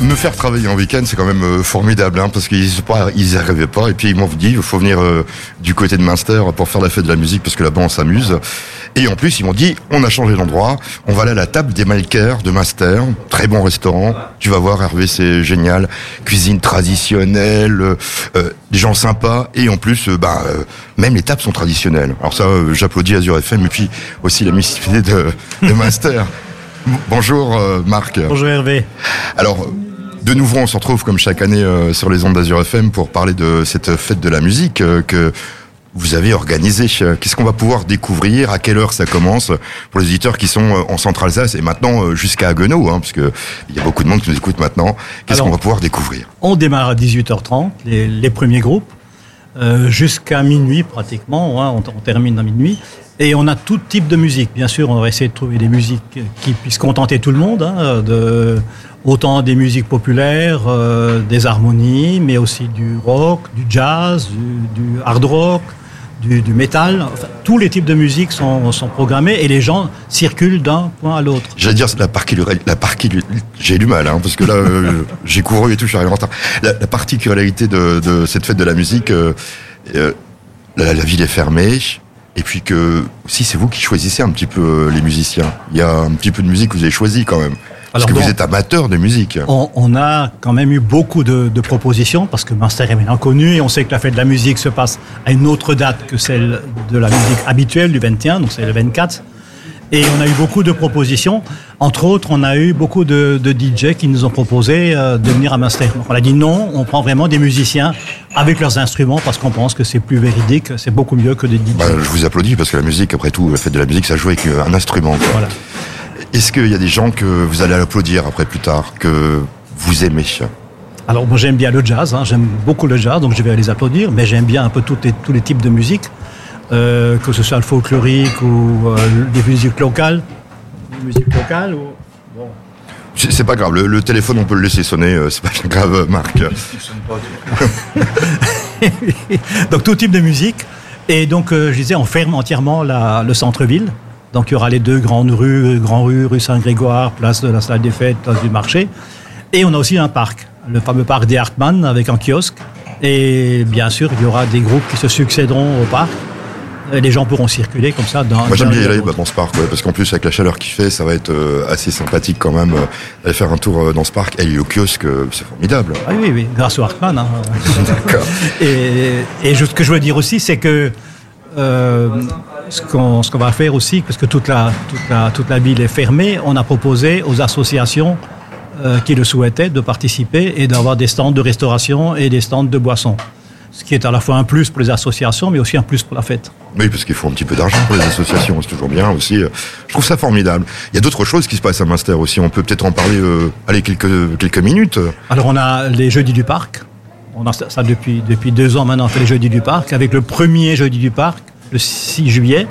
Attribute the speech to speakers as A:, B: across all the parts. A: me faire travailler en week-end, c'est quand même euh, formidable, hein, parce qu'ils pas, ils y arrivaient pas. Et puis ils m'ont dit, il faut venir euh, du côté de Munster pour faire la fête de la musique, parce que là-bas on s'amuse. Et en plus, ils m'ont dit, on a changé d'endroit, on va aller à la table des Malkers de Munster, très bon restaurant. Tu vas voir, Hervé, c'est génial, cuisine traditionnelle, euh, euh, des gens sympas, et en plus, euh, bah, euh, même les tables sont traditionnelles. Alors ça, euh, j'applaudis Azure FM, et puis aussi la mysticité de, de Munster. Bonjour euh, Marc.
B: Bonjour Hervé.
A: Alors, de nouveau, on se retrouve comme chaque année euh, sur les ondes d'Azur FM pour parler de cette fête de la musique euh, que vous avez organisée. Euh, Qu'est-ce qu'on va pouvoir découvrir À quelle heure ça commence Pour les auditeurs qui sont euh, en Centre-Alsace et maintenant euh, jusqu'à Haguenau, hein, parce que il y a beaucoup de monde qui nous écoute maintenant. Qu'est-ce
B: Alors-
A: qu'on va pouvoir découvrir
B: On démarre à 18h30, les, les premiers groupes, euh, jusqu'à minuit pratiquement, hein, on, on termine à minuit. Et on a tout type de musique. Bien sûr, on va essayer de trouver des musiques qui puissent contenter tout le monde, hein, de, autant des musiques populaires, euh, des harmonies, mais aussi du rock, du jazz, du, du hard rock, du, du métal. Enfin, tous les types de musique sont, sont programmés et les gens circulent d'un point à l'autre.
A: J'allais dire la particularité, la particul- j'ai du mal, hein, parce que là, euh, j'ai couru et tout, je suis arrivé en retard. La, la particularité de, de cette fête de la musique, euh, euh, la, la ville est fermée, et puis que, si c'est vous qui choisissez un petit peu euh, les musiciens, il y a un petit peu de musique que vous avez choisi quand même. Parce
B: Alors
A: que
B: bon.
A: vous êtes amateur de musique.
B: On, on a quand même eu beaucoup de, de propositions parce que Munster est maintenant connu et on sait que la fête de la musique se passe à une autre date que celle de la musique habituelle du 21, donc c'est le 24. Et on a eu beaucoup de propositions. Entre autres, on a eu beaucoup de, de DJ qui nous ont proposé euh, de venir à Munster. Donc on a dit non, on prend vraiment des musiciens avec leurs instruments parce qu'on pense que c'est plus véridique, c'est beaucoup mieux que des DJ.
A: Bah, je vous applaudis, parce que la musique, après tout, la fête de la musique, ça joue avec euh, un instrument. quoi.
B: Voilà.
A: Est-ce qu'il y a des gens que vous allez applaudir après plus tard, que vous aimez
B: Alors moi j'aime bien le jazz, hein, j'aime beaucoup le jazz, donc je vais les applaudir, mais j'aime bien un peu toutes les- tous les types de musique, euh, que ce soit le folklorique ou euh, des musiques locales. Des musiques locales ou... Bon.
A: C'est c'est pas grave, le, le téléphone on peut le laisser sonner, euh, c'est pas grave euh, Marc.
B: donc tout type de musique. Et donc euh, je disais, on ferme entièrement la- le centre-ville. Donc il y aura les deux grandes rues, euh, Grand Rue, rue Saint-Grégoire, place de la salle des fêtes, place du marché. Et on a aussi un parc, le fameux parc des Hartmann avec un kiosque. Et bien sûr, il y aura des groupes qui se succéderont au parc. Et les gens pourront circuler comme ça dans
A: Moi j'aime
B: dans
A: bien y
B: le-
A: aller bah, dans ce parc, ouais, parce qu'en plus avec la chaleur qu'il fait, ça va être euh, assez sympathique quand même euh, d'aller faire un tour euh, dans ce parc. Et le kiosque, euh, c'est formidable.
B: Ah oui, oui, grâce au Hartmann. hein.
A: D'accord.
B: Et, et je- ce que je veux dire aussi, c'est que euh, ce qu'on ce qu'on va faire aussi, parce que toute la, toute, la, toute la ville est fermée, on a proposé aux associations euh, qui le souhaitaient de participer et d'avoir des stands de restauration et des stands de boissons. Ce qui est à la fois un plus pour les associations, mais aussi un plus pour la fête.
A: Oui, parce qu'il faut un petit peu d'argent pour les associations, c'est toujours bien aussi. euh, Je trouve ça formidable. Il y a d'autres choses qui se passent à Munster aussi, on peut peut-être en parler euh, allez, quelques, quelques minutes.
B: Alors on a les jeudis du parc. On a ça depuis, depuis deux ans maintenant, on fait les jeudis du parc, avec le premier jeudi du parc, le 6 juillet,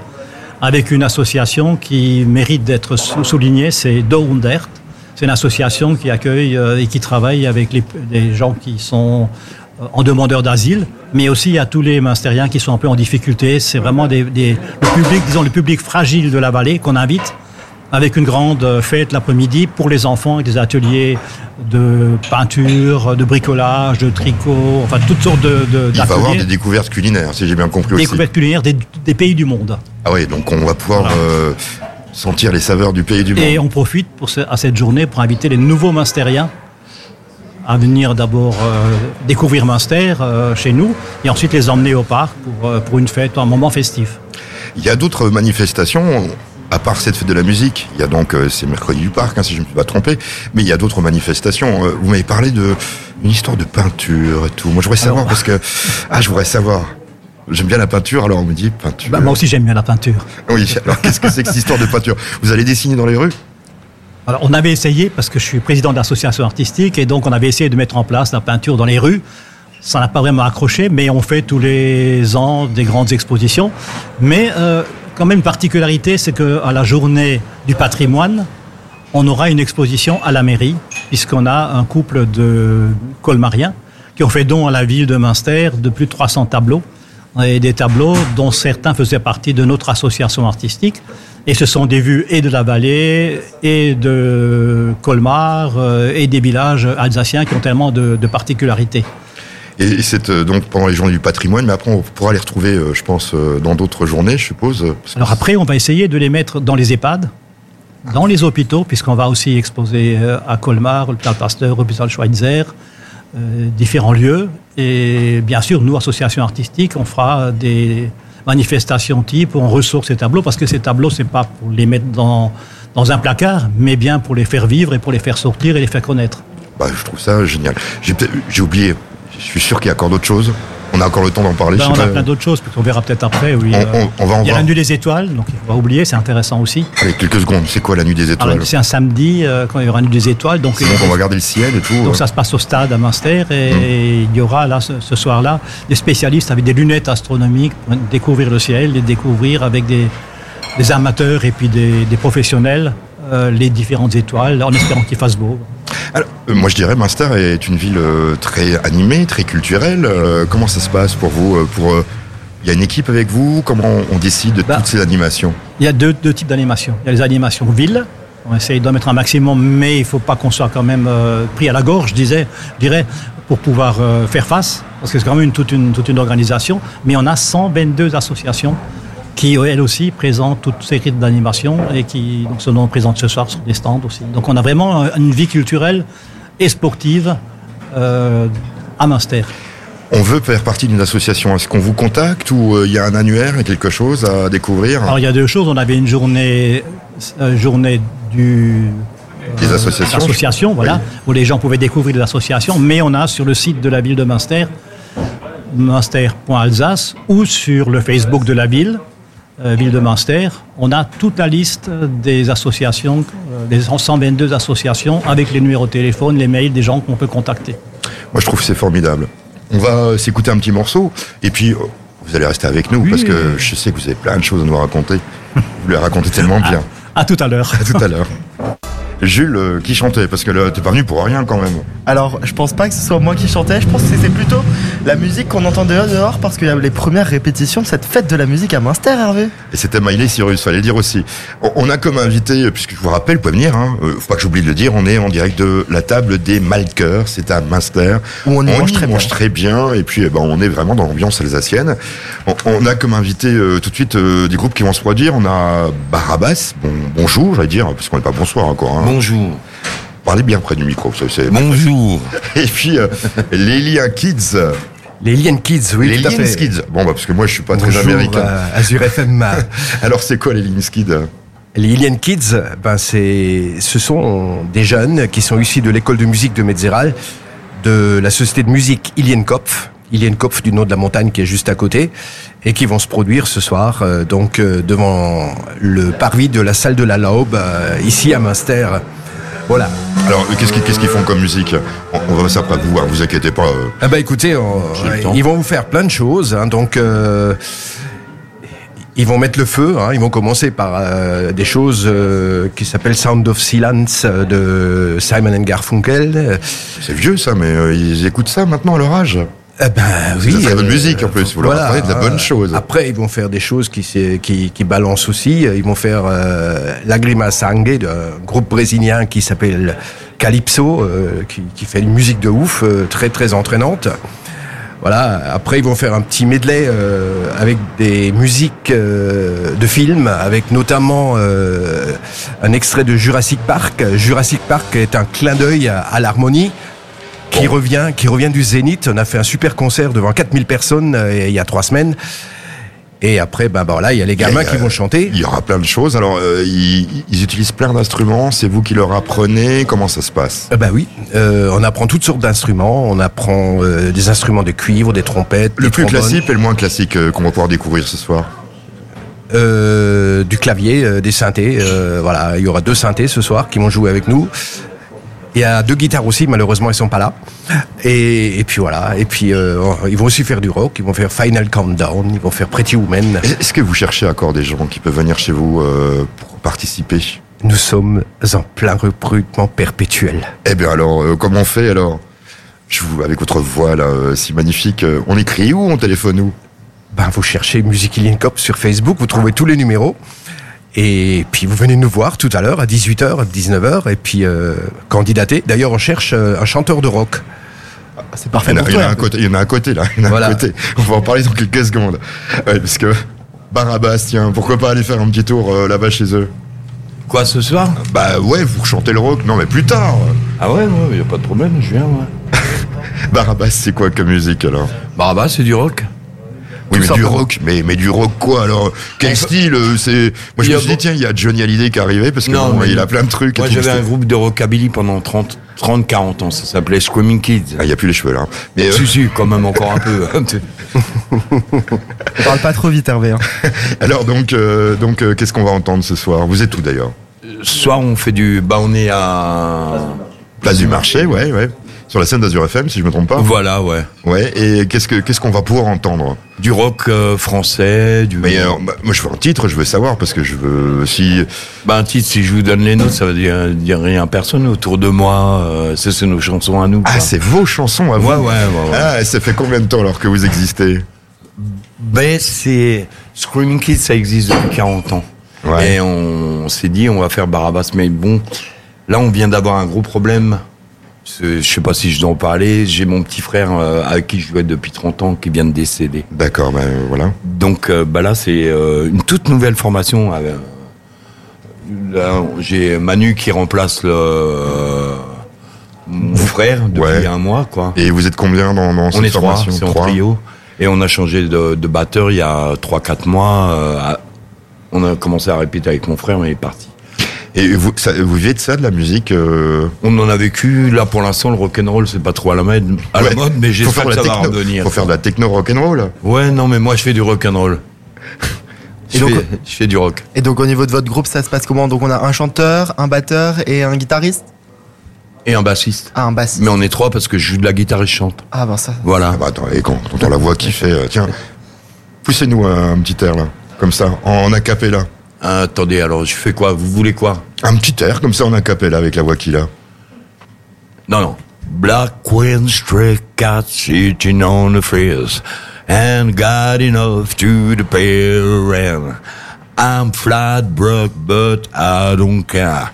B: avec une association qui mérite d'être sou- soulignée, c'est Doundert. C'est une association qui accueille euh, et qui travaille avec les, les gens qui sont euh, en demandeur d'asile, mais aussi à tous les ministériens qui sont un peu en difficulté. C'est vraiment des, des- le public, disons le public fragile de la vallée qu'on invite avec une grande euh, fête l'après-midi pour les enfants, avec des ateliers de peinture, de bricolage, de tricot, enfin toutes sortes de, de
A: Il va y avoir des
B: d'ateliers,
A: découvertes culinaires, si j'ai bien compris aussi.
B: découvertes culinaires des, des pays du monde.
A: Ah oui, donc on va pouvoir
B: Voilà.
A: euh, sentir les saveurs du pays et du monde.
B: Et on profite pour ce- à cette journée pour inviter les nouveaux Munstériens à venir d'abord euh, découvrir Munster euh, chez nous et ensuite les emmener au parc pour, euh, pour une fête, un moment festif.
A: Il y a d'autres manifestations, à part cette fête de la musique. Il y a donc, euh, c'est mercredi du parc, hein, si je ne me suis pas trompé, mais il y a d'autres manifestations. Euh, Vous m'avez parlé de une histoire de peinture et tout. Moi, je voudrais savoir
B: Alors-
A: parce que, ah, je voudrais savoir. J'aime bien la peinture, alors on me dit peinture.
B: Bah, moi aussi j'aime bien la peinture.
A: Oui, alors qu'est-ce que c'est que cette histoire de peinture Vous allez dessiner dans les rues
B: Alors, on avait essayé, parce que je suis président de l'association artistique, et donc on avait essayé de mettre en place la peinture dans les rues. Ça n'a pas vraiment accroché, mais on fait tous les ans des grandes expositions. Mais euh, quand même, une particularité, c'est qu'à la journée du patrimoine, on aura une exposition à la mairie, puisqu'on a un couple de colmariens qui ont fait don à la ville de Münster de plus de 300 tableaux. et des tableaux dont certains faisaient partie de notre association artistique. Et ce sont des vues et de la vallée, et de Colmar, euh, et des villages alsaciens qui ont tellement de, de particularités.
A: Et c'est euh, donc pendant les journées du patrimoine, mais après on pourra les retrouver, euh, je pense, euh, dans d'autres journées, je suppose. euh, parce que-
B: Alors après, on va essayer de les mettre dans les EHPAD, dans les hôpitaux, puisqu'on va aussi exposer euh, à Colmar, l'hôpital Pasteur, l'hôpital Schweitzer, euh, différents lieux. Et bien sûr, nous, association artistique, on fera des manifestations type où on ressort ces tableaux, parce que ces tableaux, c'est pas pour les mettre dans, dans un placard, mais bien pour les faire vivre et pour les faire sortir et les faire connaître.
A: bah, je trouve ça génial. J'ai peut-être- j'ai oublié, je suis sûr qu'il y a encore d'autres choses. On a encore le temps d'en parler.
B: Ben,
A: je sais
B: on a
A: pas.
B: plein d'autres choses, on verra peut-être après. Oui,
A: On-
B: euh,
A: on- on va en
B: Il y a
A: voir.
B: la nuit des étoiles, donc on va oublier, c'est intéressant aussi.
A: Allez, quelques secondes, c'est quoi la nuit des
B: Alors,
A: étoiles
B: Ah, C'est un samedi euh, quand il y aura la nuit des étoiles, donc euh,
A: C'est donc on va regarder le ciel et tout. euh.
B: Donc ça se passe au stade à Munster et il y aura là ce, ce soir-là des spécialistes avec des lunettes astronomiques pour découvrir le ciel et découvrir avec des, des amateurs et puis des, des professionnels euh, les différentes étoiles en espérant qu'il fasse beau.
A: Alors, euh, moi, je dirais, Munster est une ville euh, très animée, très culturelle. Euh, comment ça se passe pour vous euh, Pour euh, il y a une équipe avec vous Comment on, on décide de
B: Bah.
A: toutes ces animations
B: Il y a deux, deux types d'animations. Il y a les animations ville. On essaye d'en mettre un maximum, mais il ne faut pas qu'on soit quand même euh, pris à la gorge, je, disais, je dirais, pour pouvoir euh, faire face, parce que c'est quand même une- toute, une, toute une organisation. Mais on a 122 associations qui, elles aussi, présentent toute série d'animations et qui donc, se sont présentes ce soir sur des stands aussi. Donc on a vraiment euh, une vie culturelle et sportive euh, à Munster.
A: On veut faire partie d'une association. Est-ce qu'on vous contacte ou euh, il y a un annuaire et quelque chose à découvrir
B: Alors il y a deux choses. On avait une journée, euh, journée du
A: Des associations.
B: association, voilà, où les gens pouvaient découvrir les associations, mais on a sur le site de la ville de Münster, münster.alsace, ou sur le Facebook de la ville, euh, ville de Münster, on a toute la liste des associations, euh, des 122 associations, avec les numéros de téléphone, les mails des gens qu'on peut contacter.
A: Moi, je trouve que c'est formidable. On va euh, s'écouter un petit morceau et puis euh, vous allez rester avec nous parce que je sais que vous avez plein de choses à nous raconter. vous les racontez tellement
B: Ah.
A: bien.
B: À tout à l'heure.
A: À tout à l'heure. Jules, euh, qui chantait Parce que là, t'es pas venu pour rien quand même.
C: Alors, je pense pas que ce soit moi qui chantais, je pense que c'était plutôt la musique qu'on entend dehors, dehors parce qu'il y a les premières répétitions de cette fête de la musique à Munster, Hervé.
A: Et c'était Miley Cyrus, fallait le dire aussi. On- On a comme invité, puisque je vous rappelle, vous pouvez venir, hein, euh, faut pas que j'oublie de le dire, on est en direct de la table des Malkeurs, c'est à Münster.
C: Où on y mange très bien.
A: bien, et puis eh ben, on est vraiment dans l'ambiance alsacienne. On, on a comme invité euh, tout de suite euh, des groupes qui vont se produire, on a Barabas, bon, bonjour, j'allais dire, parce qu'on n'est pas bonsoir encore. Hein.
D: Bonjour.
A: Parlez bien près du micro, ça, c'est...
D: Bonjour.
A: Et puis, euh, les Liens Kids,
D: Les Liens Kids, oui,
A: les
D: tout à
A: Liens
D: fait.
A: Kids. Bon, bah, parce que moi je suis pas très
D: Bonjour,
A: américain.
D: euh, Azure FM.
A: Alors c'est quoi les Liens Kids
D: les Liens Kids, ben c'est, ce sont des jeunes qui sont issus de l'école de musique de Metzeral, de la société de musique Ilienkopf, Ilienkopf du nom de la montagne qui est juste à côté, et qui vont se produire ce soir, euh, donc euh, devant le parvis de la salle de la Laube, euh, ici à Münster. Voilà.
A: Alors, euh, qu'est-ce qu'ils qu'est-ce qu'ils font comme musique on, on va ça après vous, hein, vous inquiétez pas. euh.
D: Ah bah écoutez, on-
A: le temps.
D: ils vont vous faire plein de choses, hein, donc euh, ils vont mettre le feu. hein, ils vont commencer par euh, des choses euh, qui s'appellent Sound of Silence euh, de Simon and Garfunkel. Euh,
A: C'est vieux ça, mais euh, ils écoutent ça maintenant à leur âge.
D: eh ben
A: de
D: oui.
A: la très bonne musique, en plus. Vous leur apprenez de la bonne chose.
D: Après, ils vont faire des choses qui s'est- qui, qui balancent aussi. Ils vont faire euh, Lagrima Sangue d'un groupe brésilien qui s'appelle Calypso, euh, qui, qui fait une musique de ouf, euh, très très entraînante. Voilà. Après, ils vont faire un petit medley euh, avec des musiques euh, de films, avec notamment euh, un extrait de Jurassic Park. Jurassic Park est un clin d'œil à, à l'harmonie. Qui revient, qui revient du Zénith. On a fait un super concert devant 4000 personnes euh, il y a trois semaines. Et après, ben, ben voilà, il y a les gamins
A: Et,
D: qui
A: euh,
D: vont chanter.
A: Il y aura plein de choses. Alors, euh, ils, ils utilisent plein d'instruments, c'est vous qui leur apprenez, comment ça se passe
D: Euh, Bah oui, euh, on apprend toutes sortes d'instruments. On apprend euh, des instruments de cuivre, des trompettes,
A: Le
D: des
A: plus
D: trombones,
A: classique et le moins classique euh, qu'on va pouvoir découvrir ce soir.
D: euh, du clavier, euh, des synthés. euh, voilà, il y aura deux synthés ce soir qui vont jouer avec nous. Il y a deux guitares aussi, malheureusement elles sont pas là. Et, et puis voilà. Et puis euh, ils vont aussi faire du rock. Ils vont faire Final Countdown. Ils vont faire Pretty Woman.
A: Et- Est-ce que vous cherchez encore des gens qui peuvent venir chez vous euh, pour participer
D: Nous sommes en plein recrutement perpétuel.
A: Eh bien alors, euh, comment on fait alors je vous, avec votre voix là, euh, si magnifique, euh, on écrit ou on téléphone où
D: ben, vous cherchez Musique Cop sur Facebook, vous trouvez tous les numéros. Et puis vous venez nous voir tout à l'heure à 18h, à 19h, et puis euh, candidater. D'ailleurs, on cherche euh, un chanteur de rock.
C: C'est
A: Il
C: parfait
A: y, en a,
C: pour
A: Ah, il y en
C: toi.
A: a un côté, il y en a un côté là, il y en a
D: Voilà.
A: un côté. On va en parler dans quelques secondes. Ouais, parce que Barabas, tiens, pourquoi pas aller faire un petit tour euh, là-bas chez eux
E: Quoi ce soir
A: Bah ouais, vous chantez le rock, non mais plus tard.
E: Ah ouais, ouais, y a pas de problème, je viens, ouais.
A: Barabas, c'est quoi comme musique alors
E: Barabas, c'est du rock.
A: Oui, mais du
E: simplement. Eh,
A: rock, mais, mais du rock quoi alors Quel style euh, C'est
E: Il
A: moi je
E: y
A: me
E: a
A: suis
E: beau-
A: dit tiens, il y a Johnny Hallyday qui est arrivé parce que bon,
E: mais-
A: il a plein de trucs. et
E: Moi,
A: tout,
E: j'avais
A: c'était-
E: un groupe de rockabilly pendant 30, 30 40 ans. Ça s'appelait Screaming Kids.
A: Ah, il y a plus les cheveux là. hein. Mais euh,
E: Si, si, quand même encore un peu. hein.
C: On parle pas trop vite, Hervé. hein.
A: alors donc euh, donc euh, qu'est-ce qu'on va entendre ce soir Vous êtes où d'ailleurs
E: Soit on fait du. Bah, on est à.
A: Place du Marché, ouais, ouais. Sur la scène d'Azur FM, si je me trompe pas.
E: Voilà, ouais.
A: Ouais. Et qu'est-ce que qu'est-ce qu'on va pouvoir entendre
E: Du rock euh, français, du.
A: Mais euh, bah, moi, je veux un titre, je veux savoir parce que je veux si
E: Bah, un titre, si je vous donne les notes, ça veut dire, dire rien à personne autour de moi. euh, ça, c'est nos chansons à nous.
A: ah
E: quoi.
A: c'est vos chansons à vous.
E: Ouais, ouais, ouais. ouais.
A: Ah, ça fait combien de temps alors que vous existez
E: Ben, c'est. Screaming Kids, ça existe depuis 40 ans.
A: Ouais.
E: Et on, on s'est dit, on va faire Barabas. Mais bon, là, on vient d'avoir un gros problème. C'est- Je sais pas si je dois en parler. J'ai mon petit frère euh, avec qui je jouais depuis 30 ans qui vient de décéder.
A: D'accord, ben voilà.
E: Donc euh, bah là, c'est euh, une toute nouvelle formation. avec- Là, j'ai Manu qui remplace le, mon frère depuis
A: Ouais.
E: un mois. Quoi.
A: Et vous êtes combien dans, dans
E: on
A: cette
E: est trois,
A: formation
E: c'est en trio. Et on a changé de, de batteur il y a 3-4 mois. euh, à- on a commencé à répéter avec mon frère, mais il est parti.
A: Et vous, ça, vous vivez de ça, de la musique euh...
E: On en a vécu. Là, pour l'instant, le rock'n'roll, c'est pas trop à la mode, à
A: ouais.
E: la mode mais
A: Faut
E: j'espère
A: faire
E: que
A: de
E: ça
A: la
E: va
A: techno-
E: revenir.
A: Faut faire de la techno rock'n'roll.
E: Ouais, non, mais moi, je fais du rock'n'roll.
C: Et
E: Je,
C: donc-
E: fais, je fais du rock.
C: Et donc, au niveau de votre groupe, ça se passe comment Donc, on a un chanteur, un batteur et un guitariste
E: Et un bassiste.
C: Ah, un bassiste.
E: Mais on est trois parce que je joue de la guitare et je chante.
C: Ah, ben ça.
E: Voilà.
A: Ah bah attends, et quand, quand on la voit qui fait, euh, tiens, poussez-nous un, un petit air là, comme ça, en acapella.
E: Ah, attendez, alors je fais quoi Vous voulez quoi
A: Un petit air comme ça en acapella avec la voix qu'il a.
E: Non, non. Black Queen stray cat sitting on the fence and got enough to the pale and I'm flat broke but I don't care.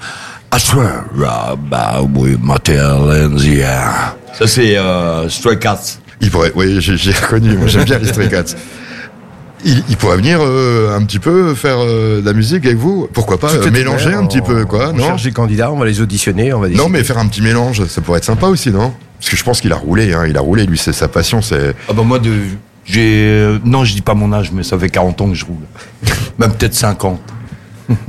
E: I swear I bow with my tail in the air. Ça c'est euh, Stray Cats.
A: Il pourrait, oui, j'ai j'ai reconnu, moi j'aime bien les Stray Cats. Il, il pourrait venir euh, un petit peu faire euh, de la musique avec vous, pourquoi pas
D: Tout
A: euh,
D: est
A: mélanger
D: ouvert,
A: un petit peu,
D: on-
A: quoi,
D: on
A: non
D: cherche des candidats, on va les auditionner, on va
A: Non, mais faire un petit mélange, ça pourrait être sympa aussi, non Parce que je pense qu'il a roulé, hein, il a roulé, lui, c'est sa passion, c'est.
E: Ah bah moi de j'ai euh, non, je dis pas mon âge mais ça fait 40 ans que je roule. Même peut-être 50.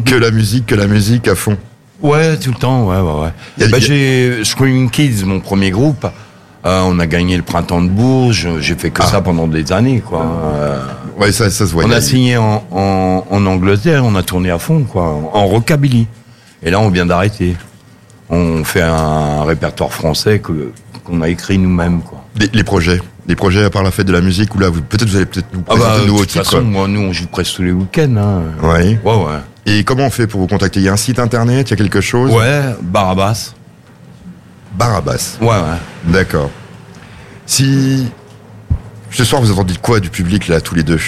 A: que la musique, que la musique à fond.
E: Ouais, tout le temps, ouais, ouais, ouais.
A: Y a-
E: Bah,
A: y a-
E: j'ai Screaming Kids, mon premier groupe. Euh, on a gagné le printemps de Bourges. J'ai fait que ça pendant des années, quoi. Euh,
A: Ah. Ouais, ça, ça se voit.
E: on
A: Il y
E: a signé en, en, en Angleterre, on a tourné à fond, quoi, en rockabilly. Et là, on vient d'arrêter. On fait un répertoire français que qu'on a écrit nous-mêmes, quoi.
A: Les, les projets, les projets à part la fête de la musique, ou là, vous- peut-être vous allez peut-être nous
E: Ah
A: présenter
E: bah,
A: de
E: de
A: nouveaux
E: toute
A: titres.
E: façon, moi, nous, on joue presque tous les week-ends. Hein.
A: Ouais.
E: Ouais, ouais.
A: Et comment on fait pour vous contacter Il y a un site internet, il y a quelque chose
E: Ouais, Barabas.
A: Barabas,
E: Ouais, ouais.
A: d'accord. Si. Ce soir, vous attendez quoi du public, là, tous les deux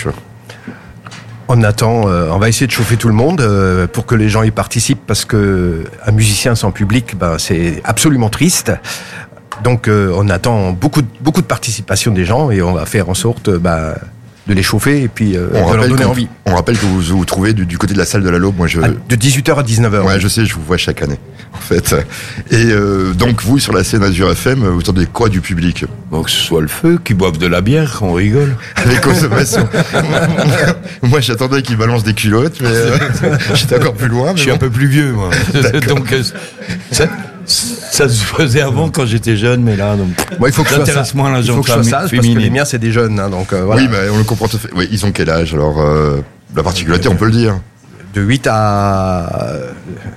D: On attend, euh, on va essayer de chauffer tout le monde euh, pour que les gens y participent parce que un musicien sans public, ben, c'est absolument triste. Donc euh, on attend beaucoup de, beaucoup de participation des gens et on va faire en sorte euh, ben, de les chauffer et puis euh, de leur donner
A: qu'on-
D: envie.
A: on rappelle que vous vous trouvez du, du côté de la salle de la Laube. Moi, je.
D: À- De 18h à 19h.
A: Ouais, je sais, je vous vois chaque année, en fait. Et euh, donc, vous, sur la scène Azure FM, vous attendez quoi du public
E: Donc, que ce soit le feu, qu'ils boivent de la bière, on rigole.
A: Les consommations. Moi, j'attendais qu'ils balancent des culottes, mais euh, j'étais encore plus loin. mais
E: Je suis
A: bon.
E: un peu plus vieux, moi. Donc, euh, ça, ça se faisait avant quand j'étais jeune, mais là, donc.
D: Moi, il faut que je sois
E: J'intéresse
D: sage.
E: moins la
D: Il faut que je sois
E: gente
D: sage parce que
E: féminine.
D: les miens c'est des jeunes, hein, donc euh, voilà.
A: Oui, mais on le comprend tout à fait. Oui, ils ont quel âge Alors, euh, la particularité, on peut le dire.
D: De 8 à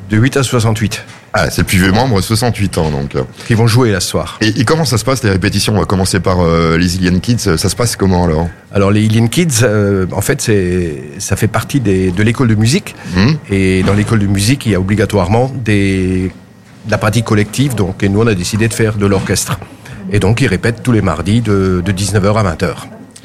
D: de 8 à 68
A: Ah, c'est le plus vieux membre, 68 ans, donc.
D: qui vont jouer là ce soir.
A: Et, et comment ça se passe, les répétitions On va commencer par euh, les Ilian Kids. Ça se passe comment, alors
D: Alors les Healing Kids, euh, en fait, c'est ça fait partie des, de l'école de musique.
A: Hmm
D: Et dans l'école de musique, il y a obligatoirement des, de la pratique collective. Donc, et nous, on a décidé de faire de l'orchestre. Et donc, ils répètent tous les mardis de, de 19h à 20h,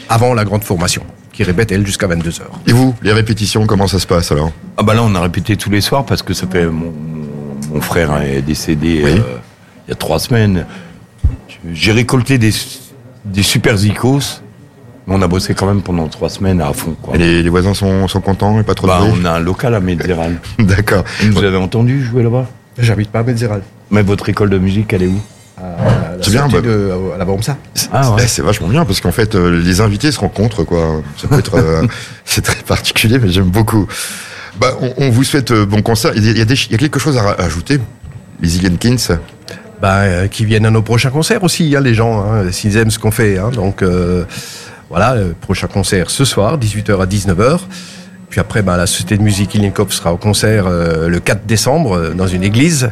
D: avant la grande formation. qui répète, elle, jusqu'à 22h.
A: Et vous, les répétitions, comment ça se passe alors
E: Ah bah là, on a répété tous les soirs parce que ça fait mon, mon frère est décédé
A: Oui.
E: euh, il y a trois semaines. J'ai récolté des, des super zikos, mais on a bossé quand même pendant trois semaines à fond. Quoi.
A: Et les, les voisins sont, sont contents et pas trop
E: Bah,
A: de bruit
E: on a un local à Médéral.
A: D'accord.
E: Vous avez entendu jouer là-bas
D: J'habite pas à Bézéral.
E: Mais votre école de musique, elle est où
A: C'est bien, bah-
D: euh, à la Bomsa.
E: Ah ouais.
A: Eh, C'est vachement bien parce qu'en fait, euh, les invités se rencontrent, quoi. Ça peut être, euh, c'est très particulier, mais j'aime beaucoup. Bah, on, on vous souhaite euh, bon concert. Il y a, il y a des- il y a quelque chose à ra- ajouter Les Ilienkins
D: bah, euh, qui viennent à nos prochains concerts aussi, hein, les gens, hein, s'ils aiment ce qu'on fait. hein. donc euh, voilà, euh, prochain concert ce soir, 18h à 19h. Puis après, bah, la Société de musique Ilienkov sera au concert euh, le 4 décembre euh, dans une église.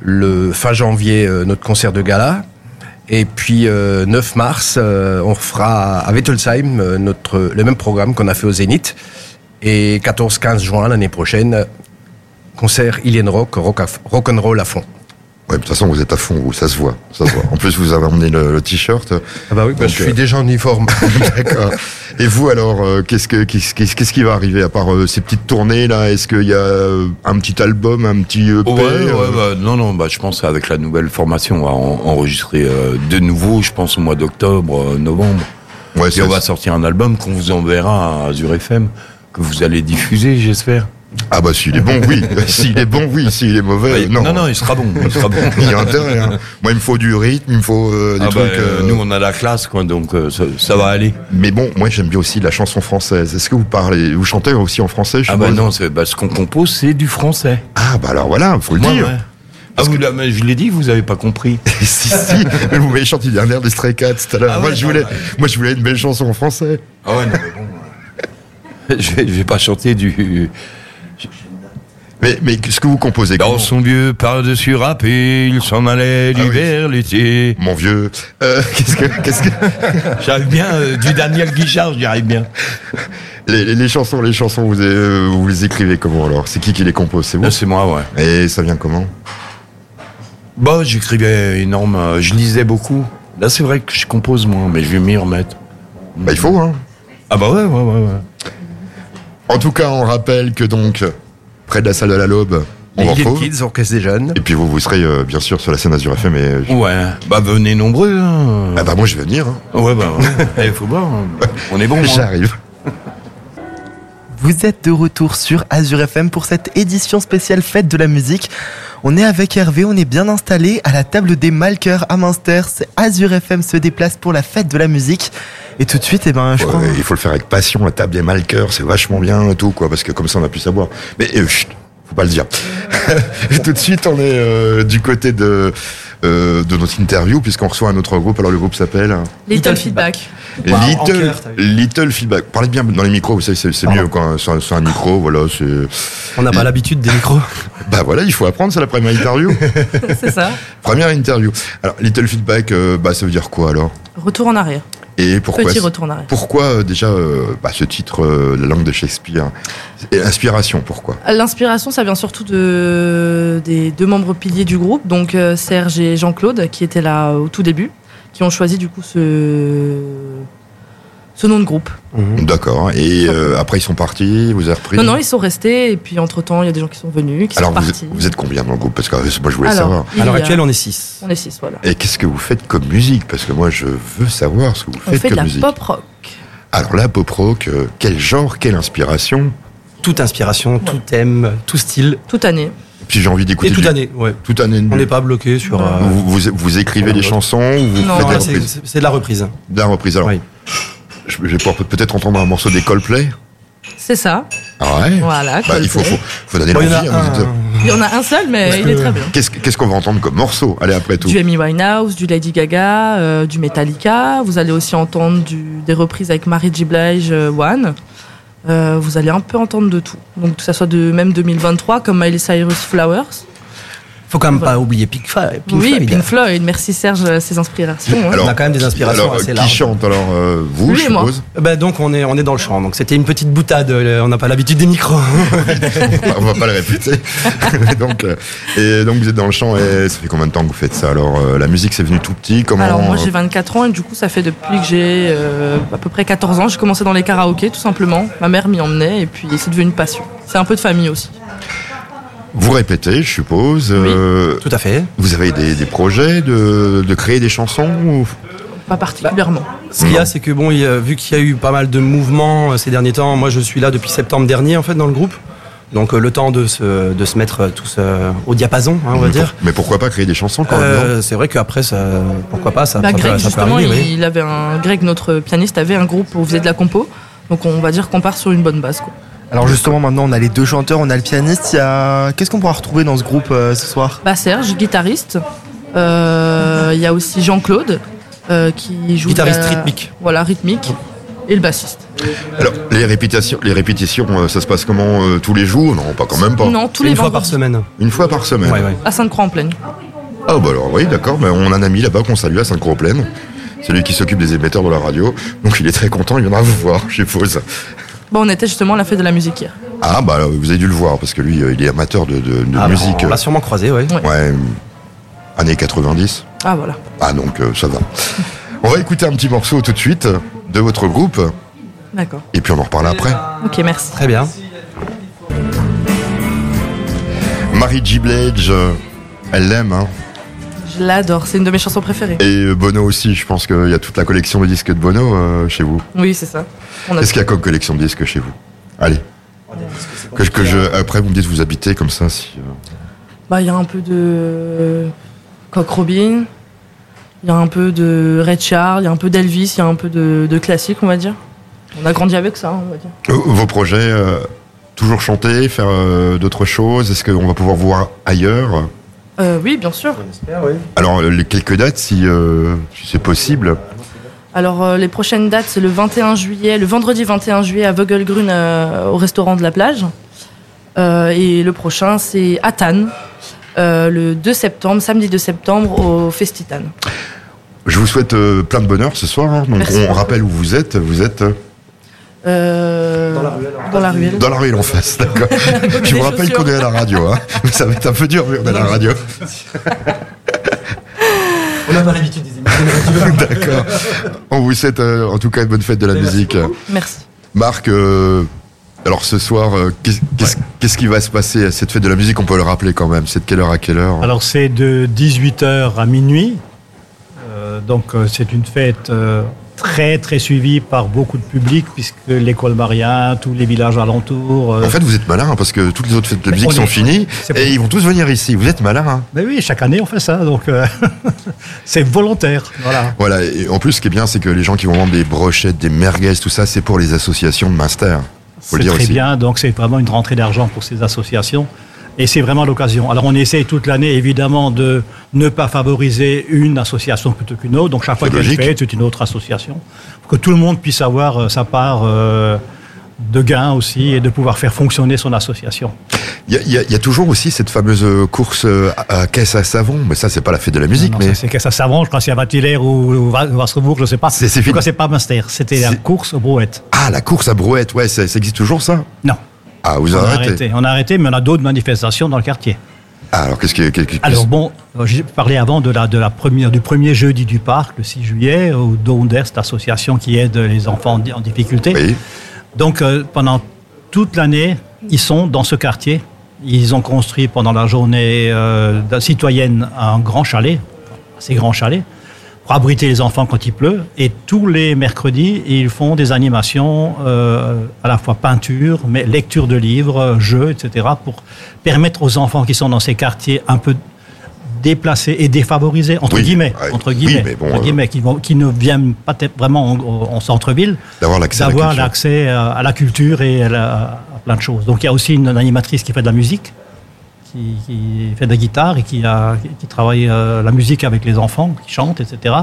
D: Le fin janvier, euh, notre concert de gala. Et puis euh, 9 mars, euh, on fera à Wettelsheim euh, notre, le même programme qu'on a fait au Zénith. Et 14-15 juin l'année prochaine, concert Ilien Rock, rock, à f- rock'n'roll à fond.
A: Ouais, de toute façon, vous êtes à fond, vous, ça se voit. Ça se voit. En plus, vous avez emmené le, le t-shirt.
D: Ah bah oui,
A: Donc,
D: je suis
A: euh,
D: déjà en uniforme.
A: D'accord. Et vous, alors, euh, qu'est-ce, que, qu'est-ce, qu'est-ce- qu'est-ce qui va arriver à part euh, ces petites tournées, là Est-ce qu'il y a euh, un petit album, un petit EP
E: Ouais, ouais,
A: euh,
E: bah, non, non, bah, je pense avec la nouvelle formation, on va en- enregistrer euh, de nouveau, je pense au mois d'octobre, euh, novembre.
A: ouais,
E: Et
A: c'est-
E: on va sortir un album qu'on vous enverra à Azure FM, que vous allez diffuser, j'espère.
A: Ah bah, s'il est bon, oui. s'il est bon, oui. S'il est mauvais,
E: Ouais,
A: non.
E: Bah, non, il sera bon, il sera bon.
A: Il y a intérêt. hein. Moi, il me faut du rythme, il me faut euh,
E: Ah
A: des
E: bah,
A: trucs.
E: euh,
A: euh,
E: nous, on a la classe, quoi, donc euh, ça, ça va aller.
A: Mais bon, moi, j'aime bien aussi la chanson française. Est-ce que vous parlez, vous chantez aussi en français je
E: Ah bah
A: suppose
E: non, c'est- bah, ce qu'on compose, c'est du français.
A: Ah bah alors voilà, faut le
E: Moi,
A: dire.
E: ouais. Ah, vous, l'avez- je l'ai dit, vous avez pas compris.
A: si si, mais vous m'avez chanté dernière des Stray Cats tout à l'heure.
E: Ah
A: moi,
E: ouais,
A: je
E: non,
A: voulais,
E: ouais.
A: moi, je voulais une belle chanson en français.
E: Ah ouais, non, mais bon. euh, je, vais, je vais pas chanter du.
A: Mais mais ce que vous composez,
E: Dans
A: comment-
E: son vieux par-dessus rap, il s'en allait
A: Ah oui.
E: l'hiver, l'été.
A: mon vieux, euh, qu'est-ce que, qu'est-ce que
E: J'arrive bien, euh, du Daniel Guichard, j'y arrive bien.
A: les, les- les chansons, les chansons, vous, euh, vous les écrivez comment alors C'est qui qui les compose C'est vous
E: Là, Euh, c'est moi, ouais.
A: Et ça vient comment
E: Bah, j'écrivais énorme, euh, je lisais beaucoup. Là, c'est vrai que je compose moins, mais je vais m'y remettre.
A: Bah, il faut hein.
E: Ah bah ouais, ouais, ouais. ouais.
A: En tout cas, on rappelle que donc près de la salle de la Laube, on
D: Les
A: va
D: Little Kids, orchestre des jeunes.
A: Et puis vous, vous serez euh, bien sûr sur la scène Azure FM. Mais
E: Ouais, bah venez nombreux. Hein.
A: ah bah moi je vais venir. hein.
E: Ouais, bah ouais. Eh, faut voir. hein. On est bon. hein.
A: J'arrive.
C: Vous êtes de retour sur Azure FM pour cette édition spéciale fête de la musique. On est avec Hervé, on est bien installé à la table des Malkers à Munster. C'est Azure FM se déplace pour la fête de la musique. Et tout de suite, eh ben, je crois.
A: Ouais, il faut le faire avec passion. La table des malqueurs, c'est vachement bien et tout quoi, parce que comme ça on a pu savoir. Mais euh, chut, faut pas le dire. Et tout de suite, on est euh, du côté de euh, de notre interview puisqu'on reçoit un autre groupe. Alors le groupe s'appelle hein,
F: Little Feedback.
C: Wow, en
A: Little
C: chœur, t'as vu.
A: Little Feedback. Parlez bien dans les micros, vous savez, c'est c'est
C: Pardon.
A: mieux quoi. Sur, un- sur un micro, voilà. C'est
C: On n'a pas l'habitude des micros.
A: bah voilà, il faut apprendre. C'est la première interview.
F: C'est ça.
A: première interview. Alors Little Feedback, euh, bah ça veut dire quoi alors
F: Retour en arrière.
A: Et pourquoi
F: Petit
A: c'est-
F: retour en arrière.
A: Pourquoi euh, déjà euh, bah, ce titre, euh, la langue de Shakespeare et Inspiration, pourquoi
F: L'inspiration, ça vient surtout de, des deux membres piliers du groupe, donc euh, Serge et Jean-Claude, qui étaient là au tout début, qui ont choisi du coup ce, ce nom de groupe.
A: D'accord. Et euh, après ils sont partis, vous avez repris
F: Non, non, ils sont restés, et puis entre-temps, il y a des gens qui sont venus, qui
A: Alors
F: sont
A: vous,
F: partis.
A: vous êtes combien dans le groupe Parce que euh, moi je voulais savoir.
F: Alors, il
G: À l'heure
F: y a-
G: actuelle, on est 6.
F: on est six, voilà.
A: Et qu'est-ce que vous faites comme musique Parce que moi je veux savoir ce que vous
F: On
A: faites
F: fait de
A: comme
F: la
A: musique.
F: pop rock.
A: Alors la pop rock, euh, quel genre, quelle inspiration
G: Toute inspiration, tout thème, tout style
F: Toute année.
A: Et Puis j'ai envie d'écouter.
G: et toute
A: du-
G: année. Ouais.
A: Toute année.
G: On n'est pas bloqué sur. euh,
A: Vous, vous, vous écrivez des chansons ou vous
F: Non,
G: non,
A: faites des
G: là, c'est
A: reprises
G: c'est- c'est de la reprise.
A: De la reprise. Alors,
G: Oui.
A: je, je vais pouvoir peut-être entendre un morceau des Coldplay.
F: C'est ça.
A: Ah ouais.
F: Voilà.
A: Bah, il faut,
F: Coldplay.
A: faut, faut donner
G: Bon, il y en
A: l'envie.
G: a
A: à nos
G: un,
A: auditeurs.
F: Il y en a un seul, mais il est très bien.
A: Qu'est-ce qu'est-ce qu'on va entendre comme morceau Allez, après tout.
F: Du Amy Winehouse, du Lady Gaga, euh, du Metallica. Vous allez aussi entendre du- des reprises avec Mary J. Blige, euh, One. Euh, vous allez un peu entendre de tout. Donc que ça soit de même 2023 comme Miley Cyrus Flowers.
G: Faut quand même
F: Voilà.
G: pas oublier Pink Fa- Pink Floyd.
F: oui, Pink Floyd. Merci Serge, euh, ces inspirations. hein.
A: Alors,
G: on a quand même des inspirations
A: alors, euh,
G: assez
A: qui
G: larges.
A: chante alors euh, Vous,
F: Lui
A: je
F: et moi.
A: suppose.
G: Bah, donc on est on est dans le champ. Donc c'était une petite boutade. euh, On n'a pas l'habitude des micros.
A: on va pas le répéter. donc, euh, et donc vous êtes dans le champ. Et ça fait combien de temps que vous faites ça Alors euh, la musique, c'est venu tout petit. Comment
F: Alors moi j'ai 24 ans et du coup ça fait depuis que j'ai euh, à peu près 14 ans, j'ai commencé dans les karaokés tout simplement. Ma mère m'y emmenait et puis c'est devenu une passion. C'est un peu de famille aussi.
A: vous répétez, je suppose. euh,
G: Tout à fait.
A: Vous avez des, des projets de, de créer des chansons ou-
F: Pas particulièrement.
G: Ce qu'il y a, c'est que bon, il y a- vu qu'il y a eu pas mal de mouvements euh, ces derniers temps, moi je suis là depuis septembre dernier en fait dans le groupe. Donc euh, le temps de se, de se mettre euh, tous euh, au diapason, hein, on va dire.
A: Mais pourquoi pas créer des chansons quand même non
G: Euh, c'est vrai qu'après, ça, pourquoi pas, ça,
F: Bah,
G: ça peut-
F: Greg
G: ça peut
F: justement,
G: arriver, oui.
F: il, avait un Greg, notre pianiste, avait un groupe où on faisait de la compo. Donc on va dire qu'on part sur une bonne base. Quoi.
C: Alors justement, maintenant, on a les deux chanteurs, on a le pianiste. Il y a... Qu'est-ce qu'on pourra retrouver dans ce groupe euh, ce soir
F: Bah Serge, guitariste. Euh, Il y a aussi Jean-Claude euh, qui joue de
G: Guitariste
F: la-
G: rythmique.
F: Voilà rythmique et le bassiste.
A: Alors les répétitions, les répétitions, euh, ça se passe comment euh, tous les jours Non, pas quand même pas.
F: Non, tous les
G: Une fois par
F: vendredis
G: semaine.
A: Une fois par semaine.
G: Ouais, ouais.
F: à Sainte-Croix en pleine.
A: Ah bah alors oui, d'accord. mais on a un ami là-bas qu'on salue à Sainte-Croix-Plaine. C'est lui qui s'occupe des émetteurs de la radio. Donc il est très content. Il viendra vous voir, je suppose.
F: Bon, on était justement à la fête de la musique hier.
A: Ah bah euh, vous avez dû le voir parce que lui, euh, il est amateur de, de- de
G: Ah, bah,
A: musique.
G: on l'a sûrement croisé, ouais.
A: euh, ouais, euh, années 90.
F: Ah voilà.
A: Ah donc euh, ça va. On va écouter un petit morceau tout de suite euh, de votre groupe
F: D'accord.
A: et puis on en reparle après.
F: Ok, merci.
G: Très bien.
A: Marie G. Blige, euh, elle l'aime. Hein.
F: Je l'adore, c'est une de mes chansons préférées.
A: Et euh, Bono aussi, je pense qu'il y a toute la collection de disques de Bono euh, chez vous.
F: Oui, c'est ça. On a
A: Est-ce qu'il y a comme collection de disques chez vous Allez. Que, je- que je, après, vous me dites où vous habitez comme ça. Si, euh,
F: Bah, il y a un peu de Cock Robin, il y a un peu de Red Charles, il y a un peu d'Elvis, il y a un peu de, de classique, on va dire. On a grandi avec ça, hein, on va dire.
A: euh, Vos projets, euh, toujours chanter, faire euh, d'autres choses Est-ce qu'on va pouvoir vous voir ailleurs
F: Euh, oui, bien sûr.
A: Alors, euh, les quelques dates, si, euh, si c'est possible.
F: Alors, euh, les prochaines dates, c'est le 21 juillet, le vendredi 21 juillet à Vogelgrün, euh, au restaurant de la plage. Euh, et le prochain, c'est à Tannes, euh, le 2 septembre, samedi 2 septembre, au Festitan.
A: Je vous souhaite euh, plein de bonheur ce soir. hein. Donc,
F: Merci
A: on
F: beaucoup.
A: rappelle où vous êtes. Vous êtes euh,
F: Euh, dans la ruelle. Dans la ruelle.
A: dans la rue en face, d'accord Je vous rappelle qu'on est à la radio. Hein. Ça va être un peu dur, mais on est à la radio.
G: On n'a pas l'habitude des
A: D'accord. On vous souhaite euh, en tout cas une bonne fête de la musique.
F: Merci.
A: Marc, euh, alors ce soir, euh, qu'est- qu'est-ce qu'est-ce qui va se passer à cette fête de la musique On peut le rappeler quand même. C'est de quelle heure à quelle heure
B: Alors c'est de 18h à minuit. Euh, donc euh, c'est une fête euh, très très suivie par beaucoup de public puisque l'école Maria, tous les villages alentours. euh,
A: En fait, vous êtes malin hein, parce que toutes les autres fêtes de la
B: Mais
A: musique
B: on
A: sont
B: est-
A: finies
B: c'est bon.
A: et ils vont tous venir ici. Vous êtes malin. hein.
B: Mais Ben oui, chaque année on fait ça, donc euh, c'est volontaire. Voilà.
A: voilà. Et en plus, ce qui est bien, c'est que les gens qui vont vendre des brochettes, des merguez, tout ça, c'est pour les associations de Minster. Faut
B: C'est
A: le dire
B: très
A: aussi.
B: bien, donc c'est vraiment une rentrée d'argent pour ces associations. Et c'est vraiment l'occasion. Alors on essaye toute l'année évidemment de ne pas favoriser une association plutôt qu'une autre. Donc chaque fois
A: C'est
B: qu'il y a une
A: logique.
B: fête, c'est une autre association. Pour que tout le monde puisse avoir euh, sa part euh, de gain aussi et de pouvoir faire fonctionner son association.
A: Il y, a- il y a- il y a toujours aussi cette fameuse course euh, à, à caisse à savon. Mais ça, c'est pas la fête de la musique,
B: Non,
A: mais
B: ça, c'est que ça s'arrange quand c'est à Batillaire ou, ou Va- Wasserbourg, je sais pas.
A: C'est- c'est
B: En tout
A: fini.
B: cas, c'est pas Master. C'était la
A: C'est-
B: course aux brouettes.
A: ah, la course à brouette, ouais, ça, ça existe toujours ça.
B: Non.
A: Ah, vous
B: On a
A: arrêtez.
B: arrêté. On a arrêté, mais on a d'autres manifestations dans le quartier.
A: Ah, alors qu'est-ce que qu'est-ce que-
B: Alors bon, euh, j'ai parlé avant de la, de la première, du premier jeudi du parc, le 6 juillet, au Donder, cette association qui aide les enfants en di- en difficulté.
A: Oui.
B: Donc euh, pendant toute l'année, ils sont dans ce quartier. Ils ont construit pendant la journée euh, d'un- citoyenne un grand chalet, assez grand chalet, pour abriter les enfants quand il pleut. Et tous les mercredis, ils font des animations, euh, à la fois peinture, mais lecture de livres, euh, jeux, etc., pour permettre aux enfants qui sont dans ces quartiers un peu déplacés et défavorisés, entre
A: Oui,
B: guillemets,
A: ouais,
B: entre
A: oui,
B: guillemets,
A: mais bon,
B: entre
A: euh,
B: guillemets, qui, vont- qui ne viennent pas t- vraiment en- en centre-ville,
A: D'avoir l'accès à la
B: d'avoir
A: culture.
B: l'accès euh, à, à la culture et à, la- à plein de choses. Donc il y a aussi une, animatrice qui fait de la musique, qui, qui fait de la guitare et qui, a- qui travaille euh, la musique avec les enfants, qui chante, etc.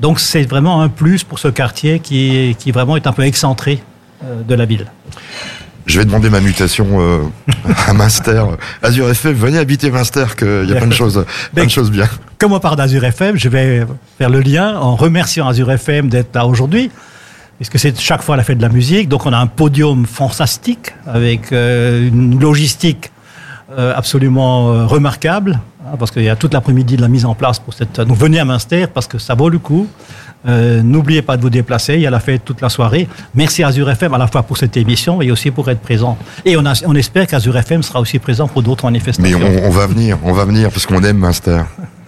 B: Donc c'est vraiment un plus pour ce quartier qui, qui vraiment est un peu excentré euh, de la ville.
A: Je vais demander ma mutation euh, à Master. Azure FM, venez habiter Master, qu'il y a plein de choses, plein de choses bien.
B: Comme on parle d'Azur FM, je vais faire le lien en remerciant Azur FM d'être là aujourd'hui. Puisque c'est chaque fois la fête de la musique. Donc, on a un podium fantastique avec euh, une logistique euh, absolument euh, remarquable. hein, parce qu'il y a toute l'après-midi de la mise en place pour cette. Donc, venez à Munster parce que ça vaut le coup. Euh, N'oubliez pas de vous déplacer. Il y a la fête toute la soirée. Merci à Azur FM à la fois pour cette émission et aussi pour être présent. Et on, a- on espère qu'Azur FM sera aussi présent pour d'autres
A: Mais
B: manifestations.
A: on, on va venir, on va venir, parce qu'on aime Master.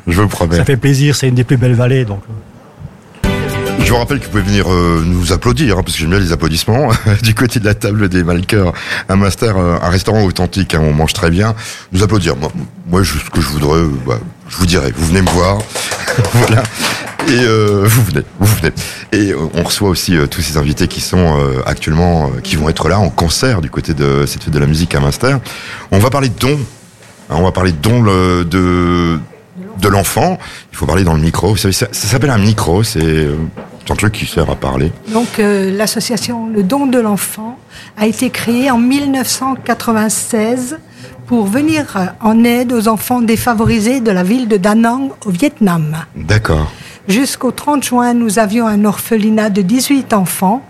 A: Je vous le promets.
B: Ça fait plaisir. C'est une des plus belles vallées. Donc, euh,
A: Je vous rappelle que vous pouvez venir euh, nous applaudir, hein, parce que j'aime bien les applaudissements. du côté de la table des Malkeurs, un master, euh, un restaurant authentique, hein, on mange très bien. Nous applaudir. Moi, moi, je- ce que je voudrais, euh, bah, je vous dirais, vous venez me voir. voilà. Et euh, vous venez, vous venez. Et euh, on reçoit aussi euh, tous ces invités qui sont euh, actuellement, euh, qui vont être là en concert du côté de cette fête de la musique à Master. On va parler de dons. Hein, On va parler de dons le- de de l'enfant. Il faut parler dans le micro. Vous savez, ça, ça s'appelle un micro. C'est euh, c'est un truc qui sert à parler.
H: Donc euh, l'association Le Don de l'Enfant a été créée en 1996 pour venir euh, en aide aux enfants défavorisés de la ville de Da Nang au Vietnam.
A: D'accord.
H: Jusqu'au 30 juin, nous avions un orphelinat de 18 enfants.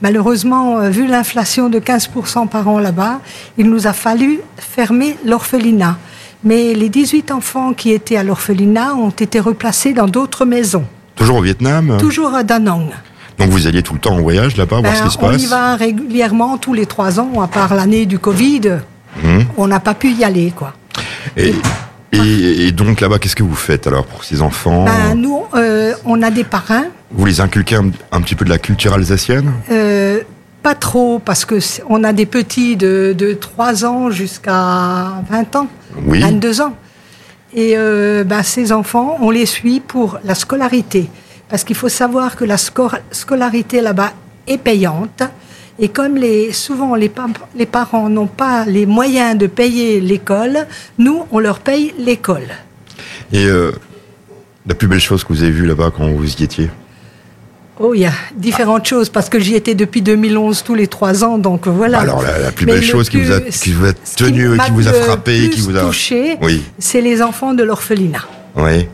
H: Malheureusement, euh, vu l'inflation de 15% par an là-bas, il nous a fallu fermer l'orphelinat. Mais les 18 enfants qui étaient à l'orphelinat ont été replacés dans d'autres maisons,
A: Toujours au Vietnam.
H: toujours à Da Nang.
A: Donc vous alliez tout le temps en voyage là-bas, voir
H: Ben,
A: ce qui se
H: on
A: passe.
H: y va régulièrement tous les trois ans, à part l'année du Covid.
A: Mhm.
H: On n'a pas pu y aller, quoi.
A: Et, et, et donc là-bas, qu'est-ce que vous faites alors pour ces enfants
H: Ben, nous, euh, on a des parrains,
A: Vous les inculquez un, un petit peu de la culture alsacienne
H: euh, pas trop, parce que c'est- on a des petits de, de 3 ans jusqu'à 20 ans,
A: Oui.
H: 22 ans. Et euh, ben, ces enfants, on les suit pour la scolarité. Parce qu'il faut savoir que la scor- scolarité là-bas est payante. Et comme les, souvent les, pa- les parents n'ont pas les moyens de payer l'école, nous, on leur paye l'école.
A: Et euh, la plus belle chose que vous avez vue là-bas quand vous y étiez
H: Oh, il y a différentes choses, parce que j'y étais depuis 2011, tous les trois ans, donc voilà.
A: Bah, Alors la, la plus
H: Mais
A: belle
H: le
A: chose qui vous a,
H: plus-
A: qui vous a
H: ce
A: tenu, qui,
H: m'a
A: vous a
H: le
A: frappé, qui
H: plus
A: vous a...
H: touché,
A: Oui,
H: c'est les enfants de l'orphelinat,
A: oui.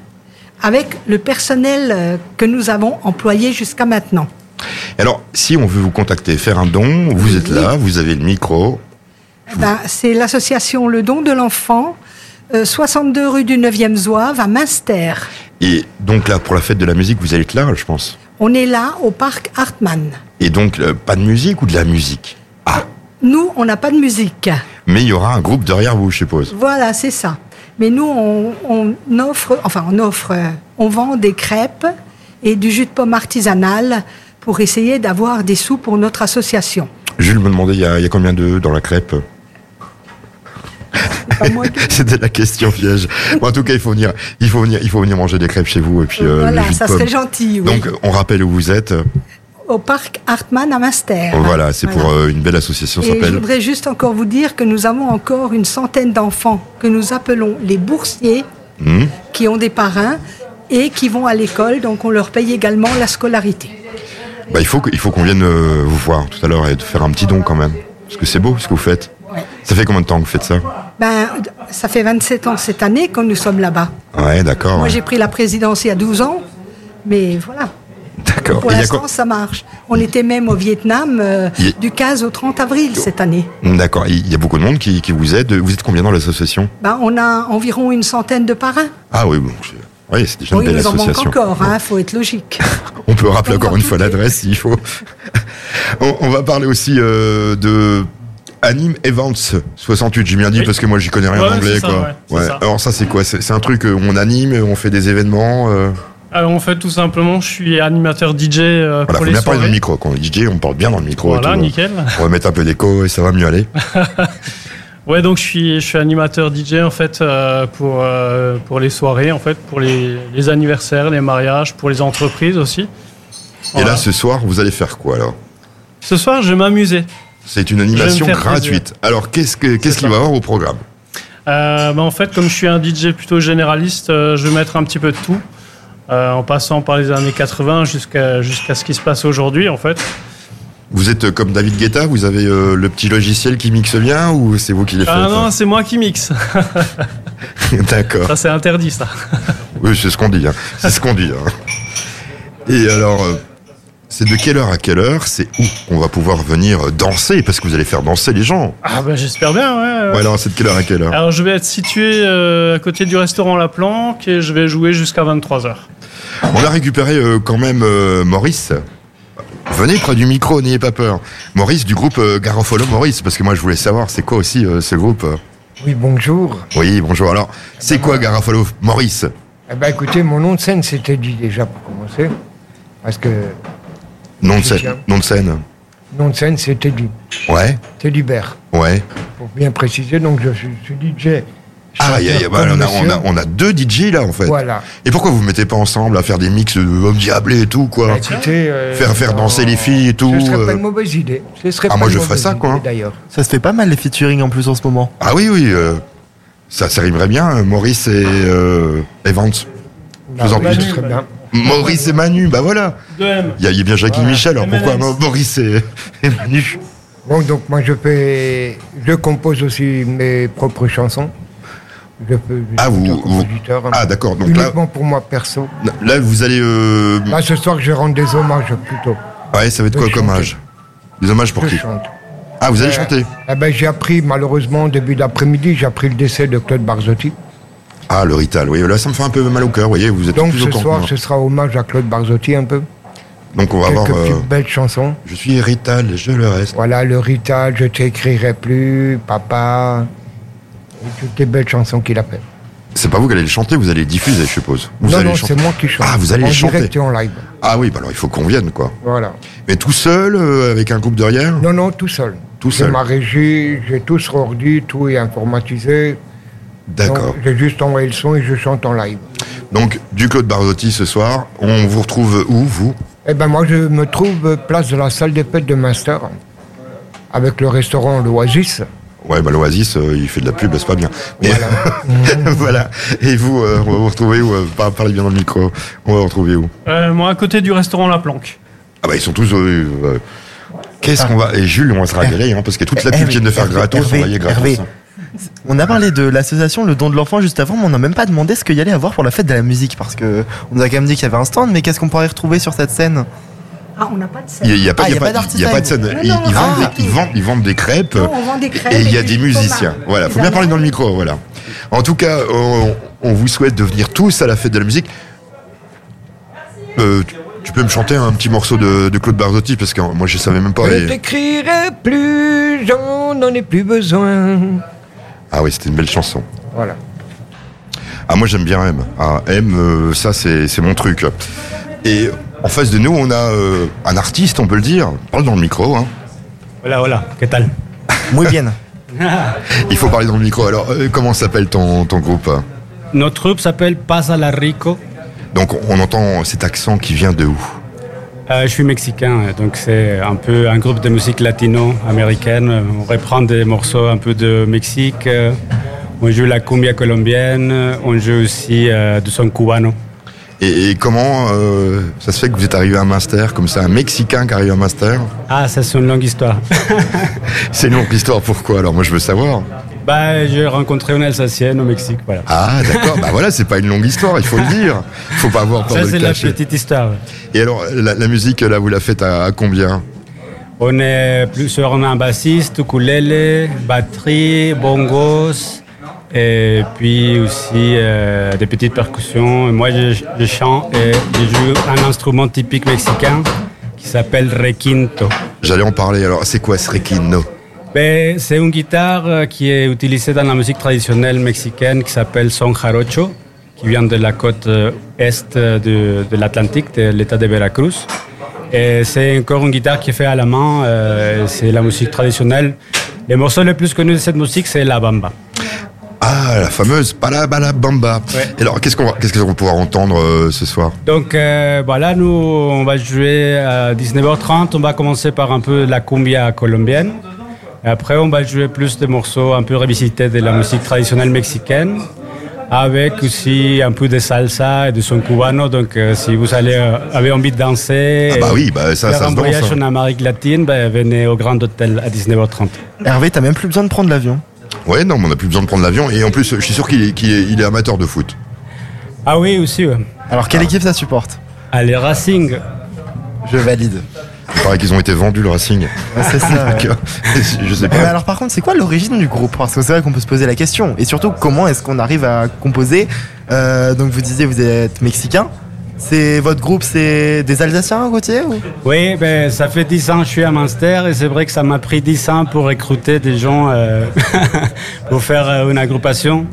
H: avec le personnel euh, que nous avons employé jusqu'à maintenant. eh
A: Alors, si on veut vous contacter, faire un don, vous êtes là, vous avez le micro.
H: Ben, c'est l'association Le Don de l'Enfant, euh, 62 rue du 9e Zouave, à Münster.
A: Et donc là, pour la fête de la musique, vous allez être là, je pense.
H: On est là, au parc Hartmann.
A: Et donc, euh, pas de musique ou de la musique Ah,
H: Nous, on n'a pas de musique.
A: mais il y aura un groupe derrière vous, je suppose.
H: Voilà, c'est ça. Mais nous, on, on offre, enfin, on offre, euh, on vend des crêpes et du jus de pomme artisanal pour essayer d'avoir des sous pour notre association.
A: Jules me demandait, il y a, il y a combien d'œufs dans la crêpe
H: Pas moi qui-
A: C'était la question piège. Bon, en tout cas, il faut venir, il faut venir, il faut venir manger des crêpes chez vous et puis euh, le
H: voilà,
A: jus de
H: ça
A: pomme.
H: serait gentil. oui.
A: Donc, on rappelle où vous êtes.
H: au parc Hartmann à Master.
A: Voilà, c'est pour euh, une belle association. ça
H: Eh ben, Et je
A: s'appelle.
H: voudrais juste encore vous dire que nous avons encore une centaine d'enfants que nous appelons les boursiers
A: Hmm.
H: qui ont des parrains et qui vont à l'école, donc on leur paye également la scolarité.
A: Bah, il faut que- il faut qu'on vienne euh, vous voir tout à l'heure et de faire un petit don quand même. Parce que c'est beau ce que vous faites. Ça fait combien de temps que vous faites ça
H: Ben, ça fait 27 ans cette année que nous sommes là-bas.
A: Ouais, d'accord.
H: Moi,
A: Ah ouais.
H: j'ai pris la présidence il y a 12 ans, mais voilà.
A: D'accord.
H: Pour
A: Et il y a
H: l'instant,
A: co-
H: ça marche. On était même au Vietnam euh,
A: Il y-
H: du 15 au 30 avril cette année.
A: Hmm, D'accord. Il y a beaucoup de monde qui, qui vous aide. Vous êtes combien dans l'association
H: Ben, on a environ une centaine de parrains.
A: Ah oui, bon. c'est- Oui, c'est déjà
H: Bon,
A: une
H: il
A: belle
H: nous en manque
A: association.
H: encore, il faut être logique.
A: On peut rappeler
H: On
A: encore
H: va
A: une fois
H: goûter.
A: l'adresse s'il faut. on, on va parler aussi euh, de Anime Events 68, j'ai bien dit,
B: Oui.
A: parce que moi j'y connais rien
B: Ouais,
A: en anglais.
I: c'est ça,
A: quoi.
I: ouais, c'est ça.
A: Alors ça c'est quoi C'est c'est un truc, euh, on anime, on fait des événements. euh,
I: Alors en fait, tout simplement, je suis animateur DJ euh,
A: Voilà,
I: pour
A: faut
I: les
A: bien parler dans
I: soirées.
A: le micro. Quand on est DJ, on parle bien dans le micro. et
I: Voilà,
A: tout. hein.
I: nickel.
A: On va mettre un peu d'écho et ça va mieux aller.
I: Ouais, donc je suis, je suis animateur DJ en fait euh, pour, euh, pour les soirées, en fait, pour les, les anniversaires, les mariages, pour les entreprises aussi.
A: Et
I: Voilà.
A: là ce soir, vous allez faire quoi alors
I: Ce soir, je vais m'amuser.
A: C'est une
I: me
A: animation
I: faire plaisir.
A: gratuite. Alors qu'est-ce que- qu'est-ce
I: C'est ça.
A: qu'il va y avoir au programme
I: Euh, bah, en fait, comme je suis un DJ plutôt généraliste, euh, je vais mettre un petit peu de tout, euh, en passant par les années 80 jusqu'à jusqu'à ce qui se passe aujourd'hui en fait.
A: Vous êtes euh, comme David Guetta, vous avez euh, le petit logiciel qui mixe bien ou c'est vous qui les faites
I: Ah non, c'est moi qui mixe.
A: D'accord. Ah.
I: Ça, c'est interdit, ça.
A: Oui, c'est ce qu'on dit. hein. C'est ce qu'on dit. hein. Et alors, euh, c'est de quelle heure à quelle heure C'est où on va pouvoir venir euh, danser Parce que vous allez faire danser les gens.
I: Ah, bah, j'espère bien, ouais.
A: Ouais, alors c'est de quelle heure à quelle heure
I: Alors, je vais être situé euh, à côté du restaurant La Planque et je vais jouer jusqu'à 23h.
A: On a récupéré euh, quand même euh, Maurice. Venez près du micro, n'ayez pas peur. Maurice du groupe euh, Garofalo Maurice, parce que moi je voulais savoir c'est quoi aussi euh, ce groupe.
J: Oui, bonjour.
A: Oui, bonjour. Alors, c'est quoi Garofalo Maurice
J: Eh ben, écoutez, mon nom de scène, c'était dit déjà pour commencer. Parce que
A: Nom de scène. Nom de scène.
J: nom de scène, c'est Teddy.
A: Ouais,
J: Tedibert,
A: ouais.
J: pour bien préciser. Donc, je suis, je suis DJ.
A: Ah, il y a- il y a- bah, on, a, on,
J: monsieur.
A: a, on a deux DJ là en fait.
J: Voilà.
A: Et pourquoi vous vous mettez pas ensemble à faire des mix de hommes diablés et tout quoi
J: Écoutez, euh,
A: Faire- faire
J: non,
A: danser les filles et tout,
J: Ce serait
A: euh.
J: pas une mauvaise idée. Ce serait
A: Ah,
J: pas
A: moi,
J: une
A: je ferais
J: mauvaise
A: ça, quoi,
J: idée,
A: hein.
J: D'ailleurs.
C: Ça se fait pas mal les featuring en plus en ce moment.
A: Ah oui, oui. euh, ça, ça rimerait bien, euh, Maurice et euh, Evans.
J: Ah,
A: en
J: oui,
A: prie.
J: ce serait bien.
A: Maurice et Manu, bah voilà.
I: 2M.
A: Il y, a- il y a bien Jacqueline Michel, alors pourquoi
I: MLS?
A: Maurice et, et Manu
J: Bon, donc moi je fais, je compose aussi mes propres chansons. Je fais je
A: Ah,
J: suis
A: vous-
J: auteur-compositeur,
A: vous-
J: hein.
A: Ah, d'accord, donc là-
J: uniquement pour moi perso.
A: Là, vous allez. euh,
J: Là ce soir je rends des hommages plutôt.
A: Ouais, ça va être
J: de
A: quoi comme
J: chanter.
A: âge Des hommages pour
J: Je
A: qui
J: chante.
A: Ah, vous allez chanter
J: Eh ben j'ai appris malheureusement au début d'après-midi j'ai appris le décès de Claude Barzotti.
A: Ah, le Rital, oui, là, ça me fait un peu mal au cœur, vous voyez, vous êtes
J: Donc
A: plus au
J: ce
A: camp que
J: soir
A: moi.
J: ce sera hommage à Claude Barzotti un peu.
A: Donc, on va avoir.
J: Quelques
A: euh,
J: petites belles chansons.
A: Je suis Rital, et je le reste.
J: Voilà le Rital, je t'écrirai plus, papa. Et toutes les belles chansons qu'il a fait.
A: C'est pas vous qui allez le chanter, vous allez le diffuser, je suppose. Vous
J: non
A: allez
J: non
A: le chanter.
J: c'est moi qui chante.
A: Ah, vous allez
J: en
A: les chanter.
J: direct et en live.
A: Ah oui, bah alors il faut qu'on vienne, quoi.
J: Voilà.
A: Mais tout seul, euh, avec un groupe derrière
J: Non, non, tout seul.
A: Tout
J: J'ai
A: seul.
J: ma régie, j'ai tout sur ordi, tout est informatisé.
A: D'accord.
J: Donc, J'ai juste envoyé le son et je chante en live.
A: Donc, du Claude Barzotti ce soir, on vous retrouve où, vous
J: Eh ben moi, je me trouve euh, place de la salle des fêtes de Master, avec le restaurant L'Oasis.
A: Ouais, bah l'Oasis, euh, il fait de la pub, c'est pas bien. Mais-
J: Mm.
A: Voilà. Et vous, euh, on va vous retrouver où euh, par- Parlez bien dans le micro. On va vous retrouver où
I: Euh, moi, à côté du restaurant La Planque.
A: Ah bah ils sont tous... euh, euh, Qu'est-ce qu'on va... Et Jules, on va se régaler, hein, parce que
J: Eh
A: toute la pub
C: Hervé,
A: qu'ils viennent de faire
C: Hervé,
A: gratos, on va y
C: Hervé,
A: aller gratos.
C: Hervé.
A: hein.
C: On a parlé de l'association Le Don de l'Enfant juste avant, mais on n'a même pas demandé ce qu'il y allait avoir pour la fête de la musique, parce que on nous a quand même dit qu'il y avait un stand, mais qu'est-ce qu'on pourrait retrouver sur cette scène
H: Ah, on n'a pas de scène.
A: Il n'y a, pas-
C: Ah,
A: il y a, pas- il y a pas de
C: d'artisan.
A: scène.
H: Non,
A: Ils,
H: non,
A: ils
H: ah.
A: vendent des, ils, vendent, ils vendent des crêpes.
H: Non, on vend des crêpes
A: Et il y a
H: et
A: des
H: du
A: musiciens.
H: fromage.
A: Voilà,
H: Des
A: faut bien parler dans le
H: amandes.
A: micro. Voilà. En tout cas, on, on vous souhaite de venir tous à la fête de la musique. Euh, tu- tu peux me chanter un petit morceau de, de Claude Barzotti parce que moi je savais même pas.
J: Je
A: et-
J: t'écrirai plus, j'en n'en ai plus besoin.
A: Ah oui, c'était une belle chanson.
J: Voilà.
A: Ah moi j'aime bien M. Ah, M, euh, ça c'est c'est mon truc. Et en face de nous, on a euh, un artiste, on peut le dire. Parle dans le micro. Hein.
B: Voilà, voilà. Qu'est-ce que
C: Muy bien.
A: Il faut parler dans le micro. Alors, euh, comment s'appelle ton, ton groupe hein
K: Notre troupe s'appelle Pasa la Rico.
A: Donc on entend cet accent qui vient de où
K: Euh, je suis mexicain, euh, donc c'est un peu un groupe de musique latino-américaine. Euh, On reprend des morceaux un peu de Mexique. euh, On joue la cumbia colombienne. euh, On joue aussi euh, du son cubano.
A: Et, et comment euh, ça se fait que vous êtes arrivé à Munster comme ça, un Mexicain qui arrive à Munster
K: Ah, ça c'est une longue histoire.
A: C'est une longue histoire, pourquoi Alors moi je veux savoir.
K: bah, j'ai rencontré une Alsacienne au Mexique, voilà.
A: Ah d'accord, bah voilà, c'est pas une longue histoire, il faut le dire. Faut pas avoir peur
K: ça
A: de
K: c'est
A: le
K: la
A: cacher.
K: petite histoire.
A: Et alors, la, la musique, là, vous la faites à, à combien
K: On est plusieurs, on a un bassiste, ukulélé, batterie, bongos, et puis aussi euh, des petites percussions. Et moi, je, je chante et je joue un instrument typique mexicain qui s'appelle requinto.
A: J'allais en parler, alors c'est quoi ce requino
K: Ben, C'est une guitare euh, qui est utilisée dans la musique traditionnelle mexicaine qui s'appelle son jarocho, qui vient de la côte euh, est euh, de, de l'Atlantique, de l'état de Veracruz. Et c'est encore une guitare qui est faite à la main, euh, c'est la musique traditionnelle. Les morceaux les plus connus de cette musique, c'est la bamba.
A: Ah, la fameuse palabala bamba.
K: Ouais.
A: Et alors, qu'est-ce qu'on va- qu'est-ce qu'on va pouvoir entendre euh, ce soir
K: Donc euh, voilà, nous on va jouer à 19h30. On va commencer par un peu la cumbia colombienne. Et après, on va jouer plus de morceaux un peu revisités de la musique traditionnelle mexicaine. avec aussi un peu de salsa et de son cubano. Donc, euh, si vous allez, euh, avez envie de danser,
A: Ah bah
K: et
A: oui, bah ça,
K: faire
A: ça
K: un
A: se danse,
K: voyage
A: hein.
K: en Amérique latine, bah, venez au Grand Hôtel à 19h30.
C: Hervé, t'as même plus besoin de prendre l'avion.
A: Ouais, non, mais on n'a plus besoin de prendre l'avion. Et en plus, je suis sûr qu'il est, qu'il est- il est amateur de foot.
K: Ah oui, aussi. ouais.
C: Alors,
A: Ah.
C: quelle équipe ça supporte
K: Allez, Racing.
C: Je valide.
A: Il paraît qu'ils ont été vendus, le Racing.
C: Ouais, c'est ça, ouais.
A: D'accord. je sais
C: Ah, Mais
A: pas.
C: alors par contre, c'est quoi l'origine du groupe Parce que c'est vrai qu'on peut se poser la question. Et surtout, comment est-ce qu'on arrive à composer Euh, Donc vous disiez, vous êtes mexicain. C'est votre groupe, c'est des Alsaciens, Gauthier ou
K: Oui, ben, ça fait 10 ans que je suis à Munster et c'est vrai que ça m'a pris 10 ans pour recruter des gens euh, pour faire euh, une agrupation.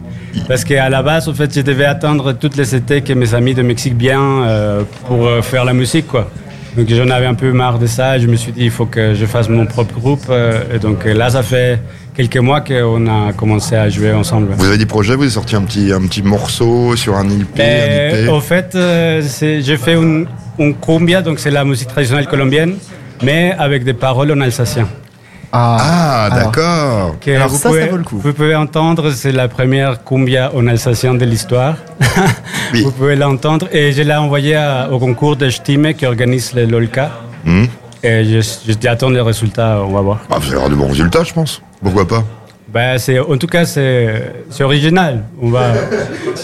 K: Parce qu'à la base, en fait, je devais attendre toutes les étés que mes amis de Mexique viennent euh, pour euh, faire la musique. Quoi. Donc j'en avais un peu marre de ça et je me suis dit, il faut que je fasse mon propre groupe. euh, et donc euh, là, ça fait quelques mois qu'on a commencé à jouer ensemble.
A: Vous avez des projets, vous avez sorti un petit, un petit morceau sur un IP, un
K: Mais,
A: IP.
K: au fait, Ben, euh, c'est- j'ai fait une, une cumbia, donc c'est la musique traditionnelle colombienne, mais avec des paroles en alsacien.
A: Ah,
C: alors.
A: d'accord.
K: Que
C: Alors
K: vous
C: Ah, ça, ça
K: pouvez,
C: vaut le coup.
K: Vous pouvez entendre, c'est la première cumbia en alsacien de l'histoire.
A: Oui.
K: Vous pouvez l'entendre et je l'ai envoyé à- au concours de Stime qui organise le LOLCA.
A: Hmm.
K: Et je, je- j'attends les résultats, on va voir.
A: Ah, vous allez avoir de bons résultats, je pense. Pourquoi pas
K: Ben, c'est, en tout cas, c'est, c'est original. On va,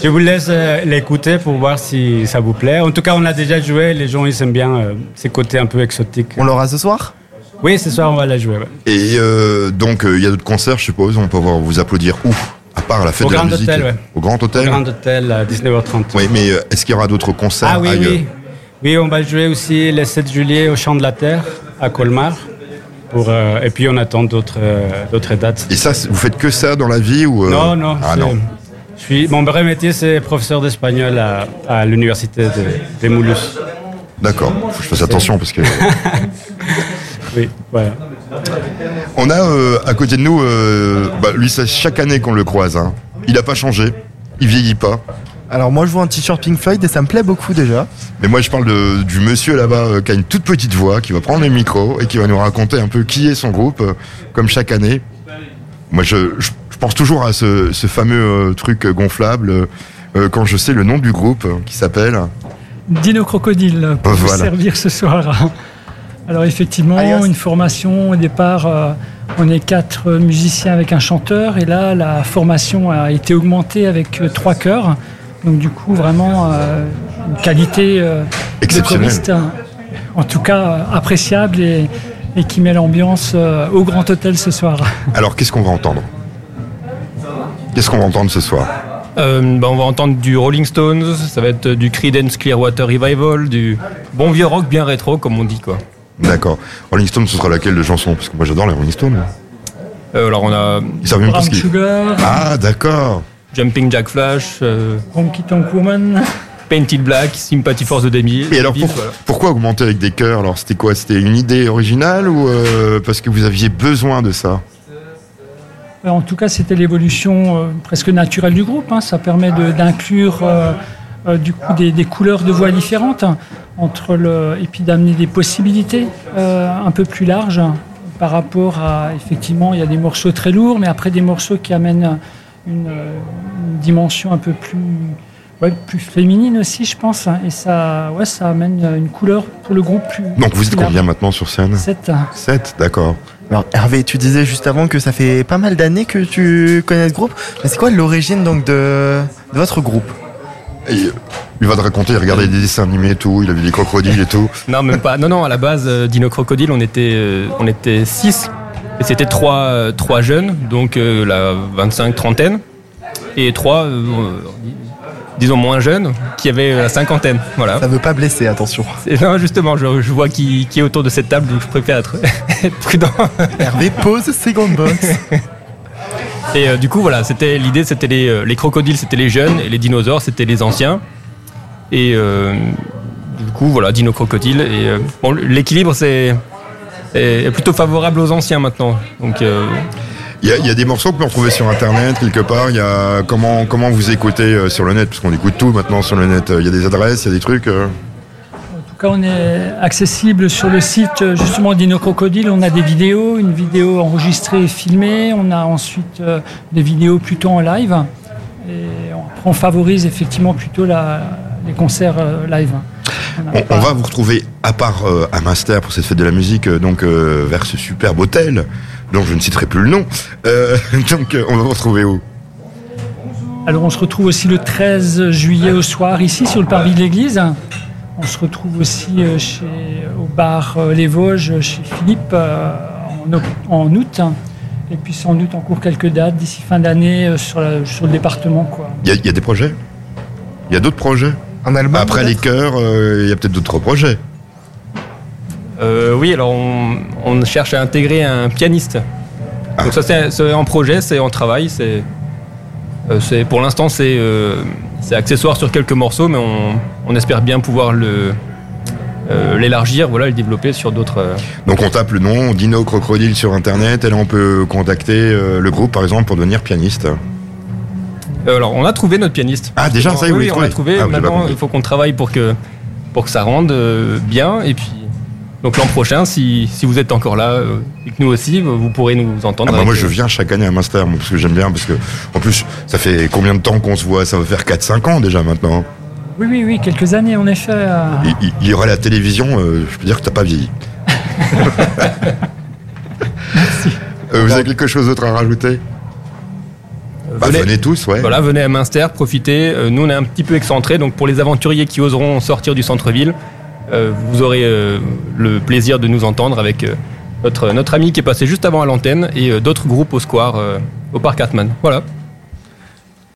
K: je vous laisse euh, l'écouter pour voir si ça vous plaît. En tout cas, on l'a déjà joué. Les gens, ils aiment bien euh, ces côtés un peu exotiques.
C: On l'aura ce soir
K: Oui, ce soir, on va la jouer. ouais.
A: Et euh, donc, euh, il y a d'autres concerts, je suppose. On peut voir- vous applaudir où À part à la fête
K: Au
A: de la
K: Grand
A: musique.
K: Hôtel, ouais.
A: Au Grand Hôtel.
K: Grand Hôtel à 19h30.
A: Oui, mais euh, est-ce qu'il y aura d'autres concerts
K: Ah oui,
A: ailleurs
K: oui. Oui, on va jouer aussi le 7 juillet au Champ de la Terre à Colmar. Pour, euh, et puis on attend d'autres euh, d'autres dates.
A: Et ça, c'est- vous faites que ça dans la vie ou euh,
K: Non, non.
A: Ah
K: c'est-
A: non.
K: Je suis, mon vrai métier, c'est professeur d'espagnol à, à l'université de, de Moulouse.
A: D'accord. Faut que je fasse attention parce que
K: Oui, voilà.
A: on a euh, à côté de nous, euh, bah, lui, c'est chaque année qu'on le croise. hein. Il n'a pas changé. Il vieillit pas.
C: Alors moi, je vois un t-shirt Pink Floyd et ça me plaît beaucoup déjà.
A: Mais moi, je parle de- du monsieur là-bas euh, qui a une toute petite voix, qui va prendre le micro et qui va nous raconter un peu qui est son groupe, euh, comme chaque année. Moi, je, je- je pense toujours à ce, ce fameux euh, truc gonflable euh, euh, quand je sais le nom du groupe euh, qui s'appelle.
L: Dino Crocodile pour vous
A: Voilà.
L: servir ce soir. Alors effectivement,
C: Alias.
L: une formation au départ, euh, on est quatre musiciens avec un chanteur et là la formation a été augmentée avec euh, trois chœurs. Donc du coup vraiment euh, une qualité euh, de
A: Exceptionnelle.
L: choriste, euh, en tout cas euh, appréciable et, et qui met l'ambiance euh, au Grand Hôtel ce soir.
A: Alors, qu'est-ce qu'on va entendre Qu'est-ce qu'on va entendre ce soir
M: Euh, bah, on va entendre du Rolling Stones, ça va être du Creedence Clearwater Revival, du bon vieux rock bien rétro comme on dit quoi.
A: D'accord. Rolling Stone, ce sera laquelle de chanson Parce que moi, j'adore les Rolling Stones.
M: Euh, alors on a
A: Ils savent même pas
L: Brown
A: ce qu'ils.
L: Sugar,
A: Ah, d'accord.
M: Jumping Jack Flash, euh,
L: Honky Tonk Woman.
M: Painted Black, Sympathy for the Devil.
A: Et alors,
M: Devil,
A: pour-
M: voilà.
A: pourquoi augmenter avec des chœurs Alors, c'était quoi C'était une idée originale ou euh, parce que vous aviez besoin de ça
L: Euh, En tout cas, c'était l'évolution euh, presque naturelle du groupe. hein. Ça permet de- d'inclure euh, euh, du coup des, des couleurs de voix différentes hein, entre le, et puis d'amener des possibilités euh, un peu plus larges hein, par rapport à effectivement, il y a des morceaux très lourds, mais après des morceaux qui amènent une, euh, une dimension un peu plus ouais, plus féminine aussi, je pense. hein. Et ça, ouais, ça amène euh, une couleur pour le groupe plus.
A: Donc, vous êtes
L: plus large.
A: combien maintenant sur scène
L: Sept.
A: 7, d'accord.
C: Alors Hervé, tu disais juste avant que ça fait pas mal d'années que tu connais ce groupe. Mais c'est quoi l'origine donc de, de votre groupe
A: Et, euh, Il va te raconter, il regardait des dessins animés et tout, il avait des crocodiles et tout.
M: Non même pas. Non non à la base euh, Dino Crocodile on était euh, on était six et c'était trois euh, trois jeunes donc euh, la 25 trentaine et trois euh, euh, disons moins jeunes qui avaient euh, la cinquantaine voilà.
C: Ça veut pas blesser, attention.
M: Et Non, justement, je, je vois qui, qui est autour de cette table, donc je préfère être, être prudent.
C: Hervé pose second box.
M: Et euh, du coup, voilà, c'était l'idée, c'était les, euh, les crocodiles, c'était les jeunes, et les dinosaures, c'était les anciens. Et euh, du coup, voilà, dino crocodile. Et euh, bon, l'équilibre, c'est est, est plutôt favorable aux anciens maintenant. Donc, euh,
A: Il y, a- il y a des morceaux qu'on peut retrouver sur internet quelque part. Il y a comment comment vous écoutez euh, sur le net parce qu'on écoute tout maintenant sur le net. Euh, Il y a des adresses, il y a des trucs. euh.
L: En tout cas, on est accessible sur le site euh, justement d'Ino Crocodile. On a des vidéos, une vidéo enregistrée et filmée. On a ensuite euh, des vidéos plutôt en live. Et on, après, on favorise effectivement plutôt la, les concerts euh, live.
A: On, on va vous retrouver, à part euh, à Master pour cette fête de la musique, euh, donc euh, vers ce superbe hôtel, dont je ne citerai plus le nom. Euh, donc euh, on va vous retrouver où
L: Alors on se retrouve aussi le 13 juillet au soir ici sur le parvis de l'église. On se retrouve aussi euh, chez, au bar euh, Les Vosges chez Philippe euh, en, oc- en août. Et puis sans doute on court quelques dates d'ici fin d'année euh, sur, la- sur le département. Quoi.
A: Il y, a- il y a des projets Il y a d'autres projets Après les chœurs, euh, il y a peut-être d'autres projets.
M: Euh, oui, alors on, on cherche à intégrer un pianiste. Donc ça c'est c'est en projet, c'est en travail, c'est euh, c'est- pour l'instant c'est euh, c'est accessoire sur quelques morceaux, mais on, on espère bien pouvoir le euh, l'élargir, voilà, le développer sur d'autres. euh,
A: Donc on tape le nom Dino Crocodile sur internet et là on peut contacter euh, le groupe par exemple pour devenir pianiste.
M: Euh, alors, on a trouvé notre pianiste.
A: Ah, déjà, ça y est, vous
M: oui,
A: l'avez
M: on l'a
A: trouvé.
M: trouvé.
A: Ah, oui, j'ai pas
M: Maintenant,
A: compris.
M: il faut qu'on travaille pour que, pour que ça rende euh, bien. Et puis, donc l'an prochain, si, si vous êtes encore là, euh, et que nous aussi, vous vous pourrez nous entendre.
A: Ah bah
M: avec,
A: moi je
M: euh,
A: viens chaque année à Master moi, parce que j'aime bien parce que en plus ça fait combien de temps qu'on se voit ça va faire 4 5 ans déjà maintenant.
L: Oui, oui, oui, quelques années en effet. euh,
A: Il- Il il y aura la télévision euh, je peux dire que t'as pas vieilli. Euh, vous avez quelque chose d'autre à rajouter Bah, venez, tous, ouais.
M: Voilà, venez à Minster, profitez. Euh, nous, on est un petit peu excentré, donc pour les aventuriers qui oseront sortir du centre-ville, euh, vous aurez euh, le plaisir de nous entendre avec euh, notre, notre ami qui est passé juste avant à l'antenne et euh, d'autres groupes au Square, euh, au Parc Hartmann. Voilà.